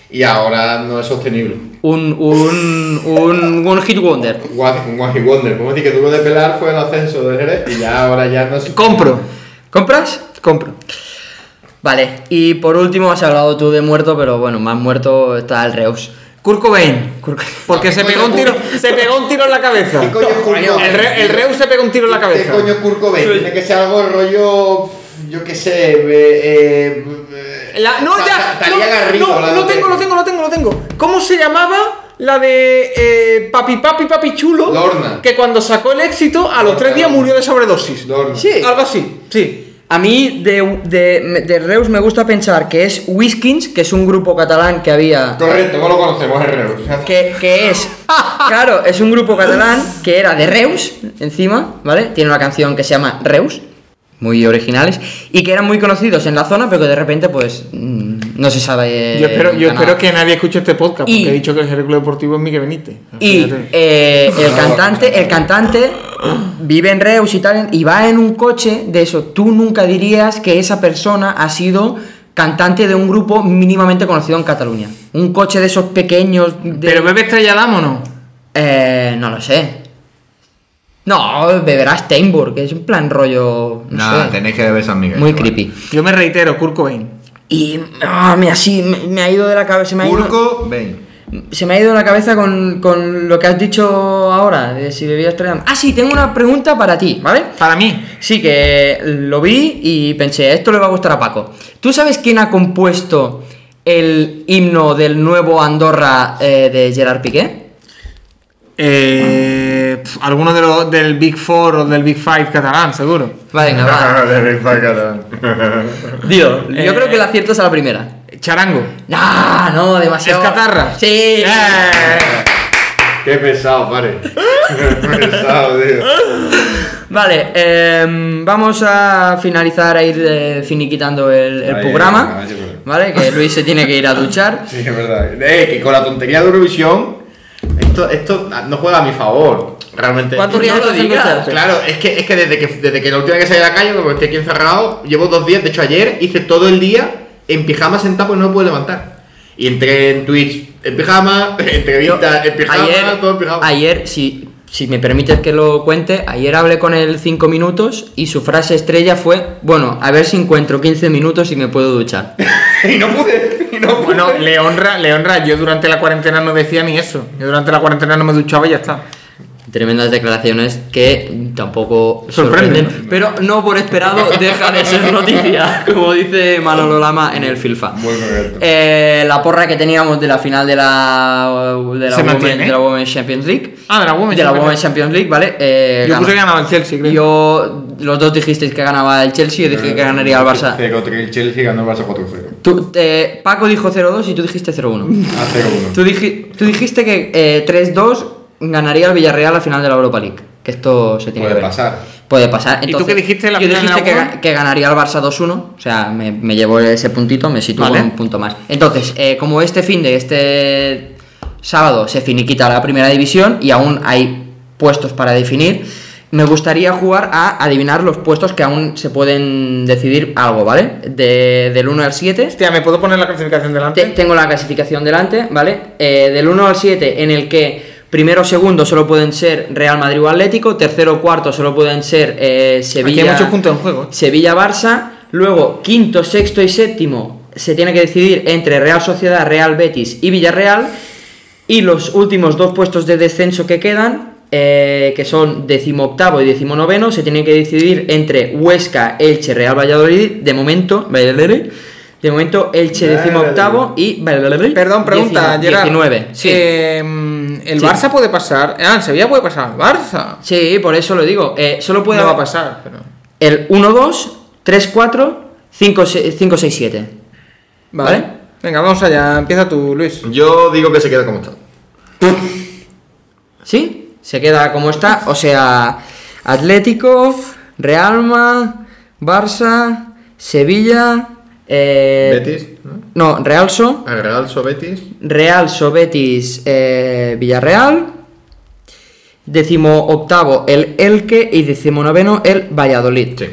Speaker 4: y ahora no es sostenible.
Speaker 2: Un, un, un, un hit wonder.
Speaker 4: Wa- Un Wacky Wonder. Podemos decir que Duro de Pelar fue el ascenso de Jerez y ya ahora ya no es.
Speaker 3: Compro,
Speaker 2: ¿Compras?
Speaker 3: compro.
Speaker 2: Vale, y por último has hablado tú de muerto, pero bueno, más muerto está el Reus.
Speaker 3: Kurt Cobain. Porque
Speaker 4: No,
Speaker 3: se
Speaker 4: ¿qué
Speaker 3: pegó,
Speaker 4: coño,
Speaker 3: un tiro,
Speaker 4: Kurt?
Speaker 3: se pegó un tiro en la cabeza.
Speaker 4: ¿Qué coño, Kurt
Speaker 3: el,
Speaker 4: Cobain?
Speaker 3: Re- el Reus se pegó un tiro en la
Speaker 4: ¿Qué
Speaker 3: cabeza.
Speaker 4: coño Curco Bay? Tiene que ser algo rollo. Yo qué sé. Eh, eh,
Speaker 3: La- no,
Speaker 4: Ta- Ta-
Speaker 3: ya.
Speaker 4: Talía
Speaker 3: no,
Speaker 4: Garrido.
Speaker 3: no,
Speaker 4: hablando
Speaker 3: lo tengo,
Speaker 4: de-
Speaker 3: lo tengo, lo tengo, lo tengo. ¿Cómo se llamaba la de eh, Papi Papi Papi Chulo?
Speaker 4: Lorna.
Speaker 3: Que cuando sacó el éxito, a los
Speaker 4: Lorna,
Speaker 3: tres días
Speaker 4: Lorna.
Speaker 3: murió de sobredosis.
Speaker 4: Lorna.
Speaker 2: Sí.
Speaker 3: Algo así, sí.
Speaker 2: A mí de, de, de Reus me gusta pensar que es Whiskins, que es un grupo catalán que había...
Speaker 4: Correcto, no lo conocemos, es Reus.
Speaker 2: Que, que es... Claro, es un grupo catalán que era de Reus, encima, ¿vale? Tiene una canción que se llama Reus, muy originales, y que eran muy conocidos en la zona, pero que de repente, pues, mm, no se sabe...
Speaker 3: Yo espero, yo
Speaker 2: nunca
Speaker 3: espero
Speaker 2: nada.
Speaker 3: que nadie escuche este podcast,
Speaker 2: Y-
Speaker 3: porque he dicho que el Club Deportivo es Miguel Benítez.
Speaker 2: Y
Speaker 3: Fíjate.
Speaker 2: eh, el cantante, el cantante vive en Reus y tal, y va en un coche de eso. Tú nunca dirías que esa persona ha sido cantante de un grupo mínimamente conocido en Cataluña. Un coche de esos pequeños. de-
Speaker 3: ¿Pero bebe Estrella Damm o no?
Speaker 2: Eh, no lo sé. No, beberá Steinburg, es un plan rollo. No
Speaker 4: Nada,
Speaker 2: sé,
Speaker 4: tenéis que beber San Miguel.
Speaker 2: muy
Speaker 4: chaval.
Speaker 2: creepy.
Speaker 3: Yo me reitero, Kurt Cobain.
Speaker 2: Y ah, me, así, me, me ha ido de la cabeza. se me ha ido-
Speaker 4: Curco Bain.
Speaker 2: Se me ha ido la cabeza con, con lo que has dicho ahora, de si bebías Estrella Damm. Ah, sí, tengo una pregunta para ti, ¿vale?
Speaker 3: Para mí.
Speaker 2: Sí, que lo vi y pensé, esto le va a gustar a Paco. ¿Tú sabes quién ha compuesto el himno del nuevo Andorra eh, de Gerard Piqué?
Speaker 3: Eh, pf, alguno de los del Big Four o del Big Five catalán, seguro.
Speaker 2: Vale, venga, va.
Speaker 5: De Rick Catalán.
Speaker 2: Tío,
Speaker 3: eh,
Speaker 2: yo creo que la aciertas a la primera.
Speaker 3: Charango.
Speaker 2: No, no,
Speaker 3: ¿Es
Speaker 2: demasiado.
Speaker 3: Catarra?
Speaker 2: Sí.
Speaker 3: ¡Eh!
Speaker 5: Qué pesado, pare. Qué pesado, tío.
Speaker 2: Vale, em, vamos a finalizar a ir eh, finiquitando el, el
Speaker 5: Ahí,
Speaker 2: programa.
Speaker 5: ahí, ahí, ahí.
Speaker 2: Vale, que Luis se tiene que ir a duchar.
Speaker 5: Sí, es verdad. Eh, que con la tontería de Eurovisión, esto, esto no juega a mi favor. Realmente.
Speaker 2: ¿Cuántos días
Speaker 5: No lo
Speaker 2: estás en
Speaker 5: digas.
Speaker 2: ducharte?
Speaker 5: Claro, es que, es que desde que desde que la última vez que salí a la calle, como estoy aquí encerrado, llevo dos días, de hecho ayer hice todo el día en pijama sentado porque no me puedo levantar. Y entré en Twitch en pijama, entrevistas en pijama,
Speaker 2: ayer,
Speaker 5: todo en pijama.
Speaker 2: ayer, si, si me permites que lo cuente, ayer hablé con él 5 minutos y su frase estrella fue, bueno, a ver si encuentro 15 minutos y me puedo duchar.
Speaker 5: Y no pude, y no pude.
Speaker 3: Bueno, le honra, le honra. Yo durante la cuarentena no decía ni eso. Yo durante la cuarentena no me duchaba y ya está.
Speaker 2: Tremendas declaraciones que tampoco sorprenden,
Speaker 3: Sorprenden.
Speaker 2: pero no por esperado deja de ser noticia, como dice Manolo Lama en el Filfa.
Speaker 5: Muy correcto.
Speaker 2: Eh, la porra que teníamos de la final de la, de la,
Speaker 3: Se
Speaker 2: Women,
Speaker 3: mantiene. ¿eh?
Speaker 2: de la Women's Champions League.
Speaker 3: Ah, de la Women's
Speaker 2: de la
Speaker 3: Champions
Speaker 2: Women's Champions League, ¿vale? Eh,
Speaker 3: Yo
Speaker 2: ganó.
Speaker 3: puse que ganaba el Chelsea, creo.
Speaker 2: Yo, los dos dijisteis que ganaba el Chelsea, yo dije que ganaría el Barça.
Speaker 5: 0-3 el Chelsea ganó el Barça 4-0.
Speaker 2: Tú, eh, Paco dijo 0-2 y tú dijiste 0-1.
Speaker 5: A 0-1.
Speaker 2: Tú, diji- tú dijiste que eh, 3-2 ganaría el Villarreal la final de la Europa League. Que esto se tiene
Speaker 5: Puede
Speaker 2: que ver.
Speaker 5: pasar.
Speaker 2: Puede pasar.
Speaker 3: ¿Y tú
Speaker 2: Entonces,
Speaker 3: qué dijiste en la
Speaker 2: yo
Speaker 3: final de
Speaker 2: dijiste
Speaker 3: la
Speaker 2: que,
Speaker 3: World?
Speaker 2: ga- que ganaría el Barça 2-1. O sea, me, me llevo ese puntito, me sitúo
Speaker 3: Vale.
Speaker 2: con un punto más. Entonces, eh, como este fin de este sábado se finiquita la primera división y aún hay puestos para definir, me gustaría jugar a adivinar los puestos que aún se pueden decidir algo, ¿vale? De- del 1 al 7.
Speaker 3: Hostia, ¿me puedo poner la clasificación
Speaker 2: Te-
Speaker 3: delante?
Speaker 2: tengo la clasificación delante, ¿vale? Eh, del 1 al 7, en el que primero o segundo solo pueden ser Real Madrid o Atlético, tercero o cuarto solo pueden ser eh, Sevilla.
Speaker 3: Aquí hay muchos puntos en juego.
Speaker 2: Sevilla-Barça, luego quinto, sexto y séptimo se tiene que decidir entre Real Sociedad, Real Betis y Villarreal. Y los últimos dos puestos de descenso que quedan, eh, que son decimoctavo y decimonoveno, se tienen que decidir entre Huesca, Elche, Real Valladolid, de momento, Valladolid, de momento Elche decimoctavo y Valladolid,
Speaker 3: Perdón, pregunta,
Speaker 2: diecino-
Speaker 3: Gerard.
Speaker 2: 19, sí.
Speaker 3: Eh, ¿El
Speaker 2: Sí.
Speaker 3: Barça puede pasar? Ah, el Sevilla puede pasar al Barça.
Speaker 2: Sí, por eso lo digo. eh, solo puede
Speaker 3: No va a
Speaker 2: haber-
Speaker 3: pasar, pero...
Speaker 2: el 1-2, 3-4, 5-6-7.
Speaker 3: Vale.
Speaker 2: ¿Vale?
Speaker 3: Venga, vamos allá. Empieza tú, Luis.
Speaker 4: Yo digo que se queda como está.
Speaker 2: ¿Sí? Se queda como está. O sea, Atlético, Realma, Barça, Sevilla, eh,
Speaker 4: Betis, ¿no?
Speaker 2: No, Realso,
Speaker 4: El Real Betis.
Speaker 2: Real Betis, eh, Villarreal. Décimo octavo el Elque y décimo noveno el Valladolid.
Speaker 4: Sí.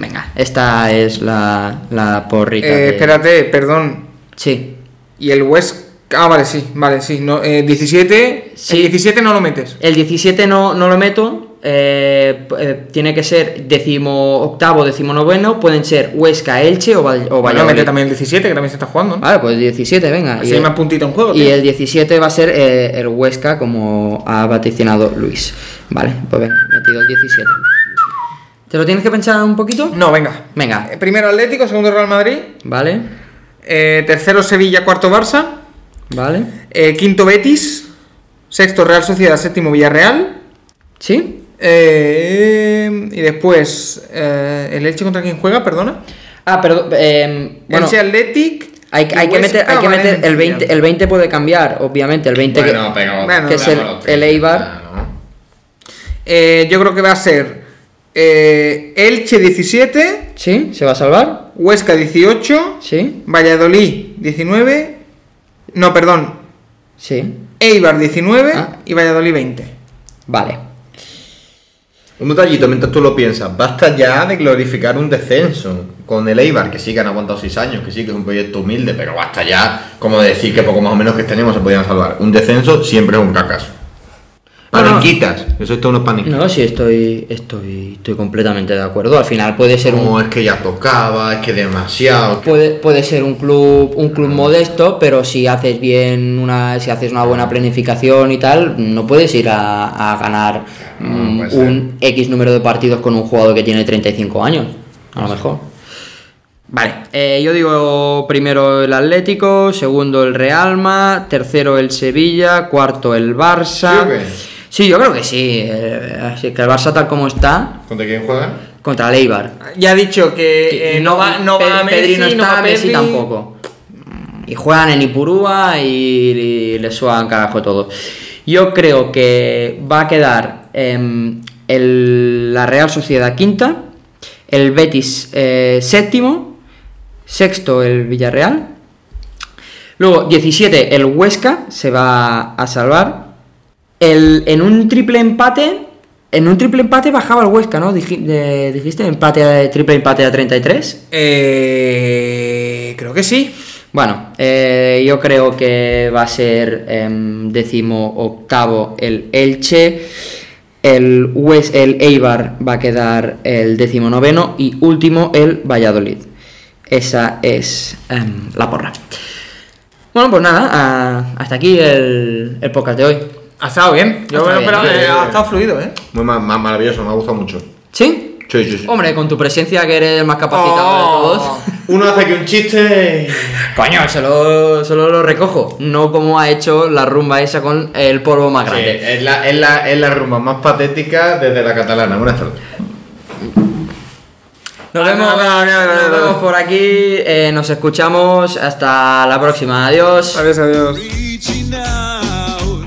Speaker 2: Venga, esta es la, la porrita.
Speaker 3: Eh,
Speaker 2: que-
Speaker 3: espérate, perdón.
Speaker 2: Sí.
Speaker 3: Y el West... Ah, vale, sí, vale, sí. No, eh, 17...
Speaker 2: Sí.
Speaker 3: El 17 no lo metes.
Speaker 2: El 17 no, no lo meto. eh, p- eh, tiene que ser decimo octavo, decimo noveno. Pueden ser Huesca, Elche o, Val- o
Speaker 3: Vale,
Speaker 2: Valladolid.
Speaker 3: mete Pues también el 17, que también se está jugando. ¿no?
Speaker 2: Vale, pues 17, venga.
Speaker 3: Así hay más puntito en juego,
Speaker 2: y
Speaker 3: tío.
Speaker 2: el 17 va a ser eh, el Huesca, como ha vaticinado Luis. Vale, pues venga, metido el 17. ¿Te lo tienes que pensar un poquito?
Speaker 3: No, venga.
Speaker 2: Venga,
Speaker 3: Eh, Primero Atlético, segundo Real Madrid.
Speaker 2: vale,
Speaker 3: eh, tercero Sevilla, cuarto Barça.
Speaker 2: vale.
Speaker 3: eh, quinto Betis. Sexto Real Sociedad, séptimo Villarreal.
Speaker 2: ¿Sí?
Speaker 3: eh, y después, eh, ¿el Elche contra quién juega? Perdona.
Speaker 2: Ah, perdón. eh, bueno,
Speaker 3: Elche Athletic.
Speaker 2: hay, hay
Speaker 3: y
Speaker 2: que meter,
Speaker 3: Huesca,
Speaker 2: hay que meter el
Speaker 3: Valencia.
Speaker 2: 20. El 20 puede cambiar, obviamente. El 20 que-
Speaker 4: Bueno, pero-
Speaker 3: Bueno,
Speaker 2: que es el,
Speaker 4: Bueno,
Speaker 2: el Eibar.
Speaker 4: Ah, ¿no?
Speaker 3: Eh, yo creo que va a ser eh, Elche 17,
Speaker 2: ¿Sí? ¿Se va a salvar?
Speaker 3: Huesca 18,
Speaker 2: ¿Sí?
Speaker 3: Valladolid 19. No, perdón.
Speaker 2: Sí.
Speaker 3: Eibar 19
Speaker 2: Ah.
Speaker 3: y Valladolid 20.
Speaker 2: Vale.
Speaker 4: Un detallito mientras tú lo piensas. Basta ya de glorificar un descenso con el Eibar, que sí que han aguantado 6 años, que sí que es un proyecto humilde, pero basta ya como de decir que poco más o menos que este año no se podían salvar. Un descenso siempre es un fracaso.
Speaker 2: No, no.
Speaker 4: Paniquitas. Eso es todo unos paniquitas.
Speaker 2: No, sí, estoy, estoy, estoy completamente de acuerdo. Al final puede ser
Speaker 4: No,
Speaker 2: un,
Speaker 4: es que ya tocaba, es que demasiado.
Speaker 2: puede, puede ser un club, un club modesto, pero si haces bien una, si haces una buena planificación y tal, no puedes ir a, a ganar
Speaker 4: No,
Speaker 2: mm,
Speaker 4: puede ser.
Speaker 2: un X número de partidos con un jugador que tiene 35 años, a lo mejor. Vale, eh, yo digo primero el Atlético, segundo el Realma, tercero el Sevilla, cuarto el
Speaker 4: ¿Sí
Speaker 2: Barça.
Speaker 4: o qué?
Speaker 2: Sí, yo creo que sí. eh, así que el Barça tal como está,
Speaker 4: ¿Contra quién juegan?
Speaker 2: contra el Eibar.
Speaker 3: Ya ha dicho que
Speaker 2: Que
Speaker 3: eh, no va, no
Speaker 2: Pe-
Speaker 3: va Messi,
Speaker 2: Pedri no
Speaker 3: no
Speaker 2: está,
Speaker 3: va
Speaker 2: Messi
Speaker 3: Pedri.
Speaker 2: tampoco. Y juegan en Ipurúa y, y le suban carajo todo. Yo creo que va a quedar em, el- la Real Sociedad quinta, el Betis eh, séptimo, sexto el Villarreal. Luego 17 el Huesca se va a salvar. El- en un triple empate, en un triple empate bajaba el Huesca, ¿no? Diji- de- dijiste empate a- triple empate a 33.
Speaker 3: Eh, creo que sí.
Speaker 2: Bueno, eh, yo creo que va a ser em, décimo octavo el Elche, el, Hues- el Eibar va a quedar el décimo noveno y último el Valladolid. Esa es em, la porra. Bueno, pues nada, ah, hasta aquí el, el podcast de hoy.
Speaker 3: Ha estado bien. Yo
Speaker 2: Ha estado
Speaker 3: me lo
Speaker 2: bien,
Speaker 3: esperaba,
Speaker 2: sí,
Speaker 3: eh,
Speaker 4: sí,
Speaker 3: ha
Speaker 4: sí.
Speaker 3: estado fluido, ¿eh?
Speaker 4: Muy ma- ma- maravilloso, me ha gustado mucho.
Speaker 2: ¿Sí?
Speaker 4: Sí, sí, sí.
Speaker 2: Hombre, con tu presencia que eres el más capacitado de todos.
Speaker 3: Oh.
Speaker 5: Uno hace aquí un chiste.
Speaker 2: Coño, solo, solo lo recojo. No como ha hecho la rumba esa con el polvo más
Speaker 5: Sí,
Speaker 2: grande.
Speaker 5: es, la, es, la, es la rumba más patética desde la catalana. Buenas tardes.
Speaker 2: Nos vemos,
Speaker 3: Ah, no, no, no, no,
Speaker 2: nos
Speaker 3: no.
Speaker 2: vemos por aquí, eh, nos escuchamos, hasta la próxima, adiós.
Speaker 3: Adiós, adiós.
Speaker 6: reaching out.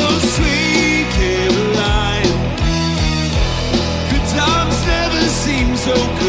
Speaker 6: Oh, sweet Caroline. Good times never seem so good.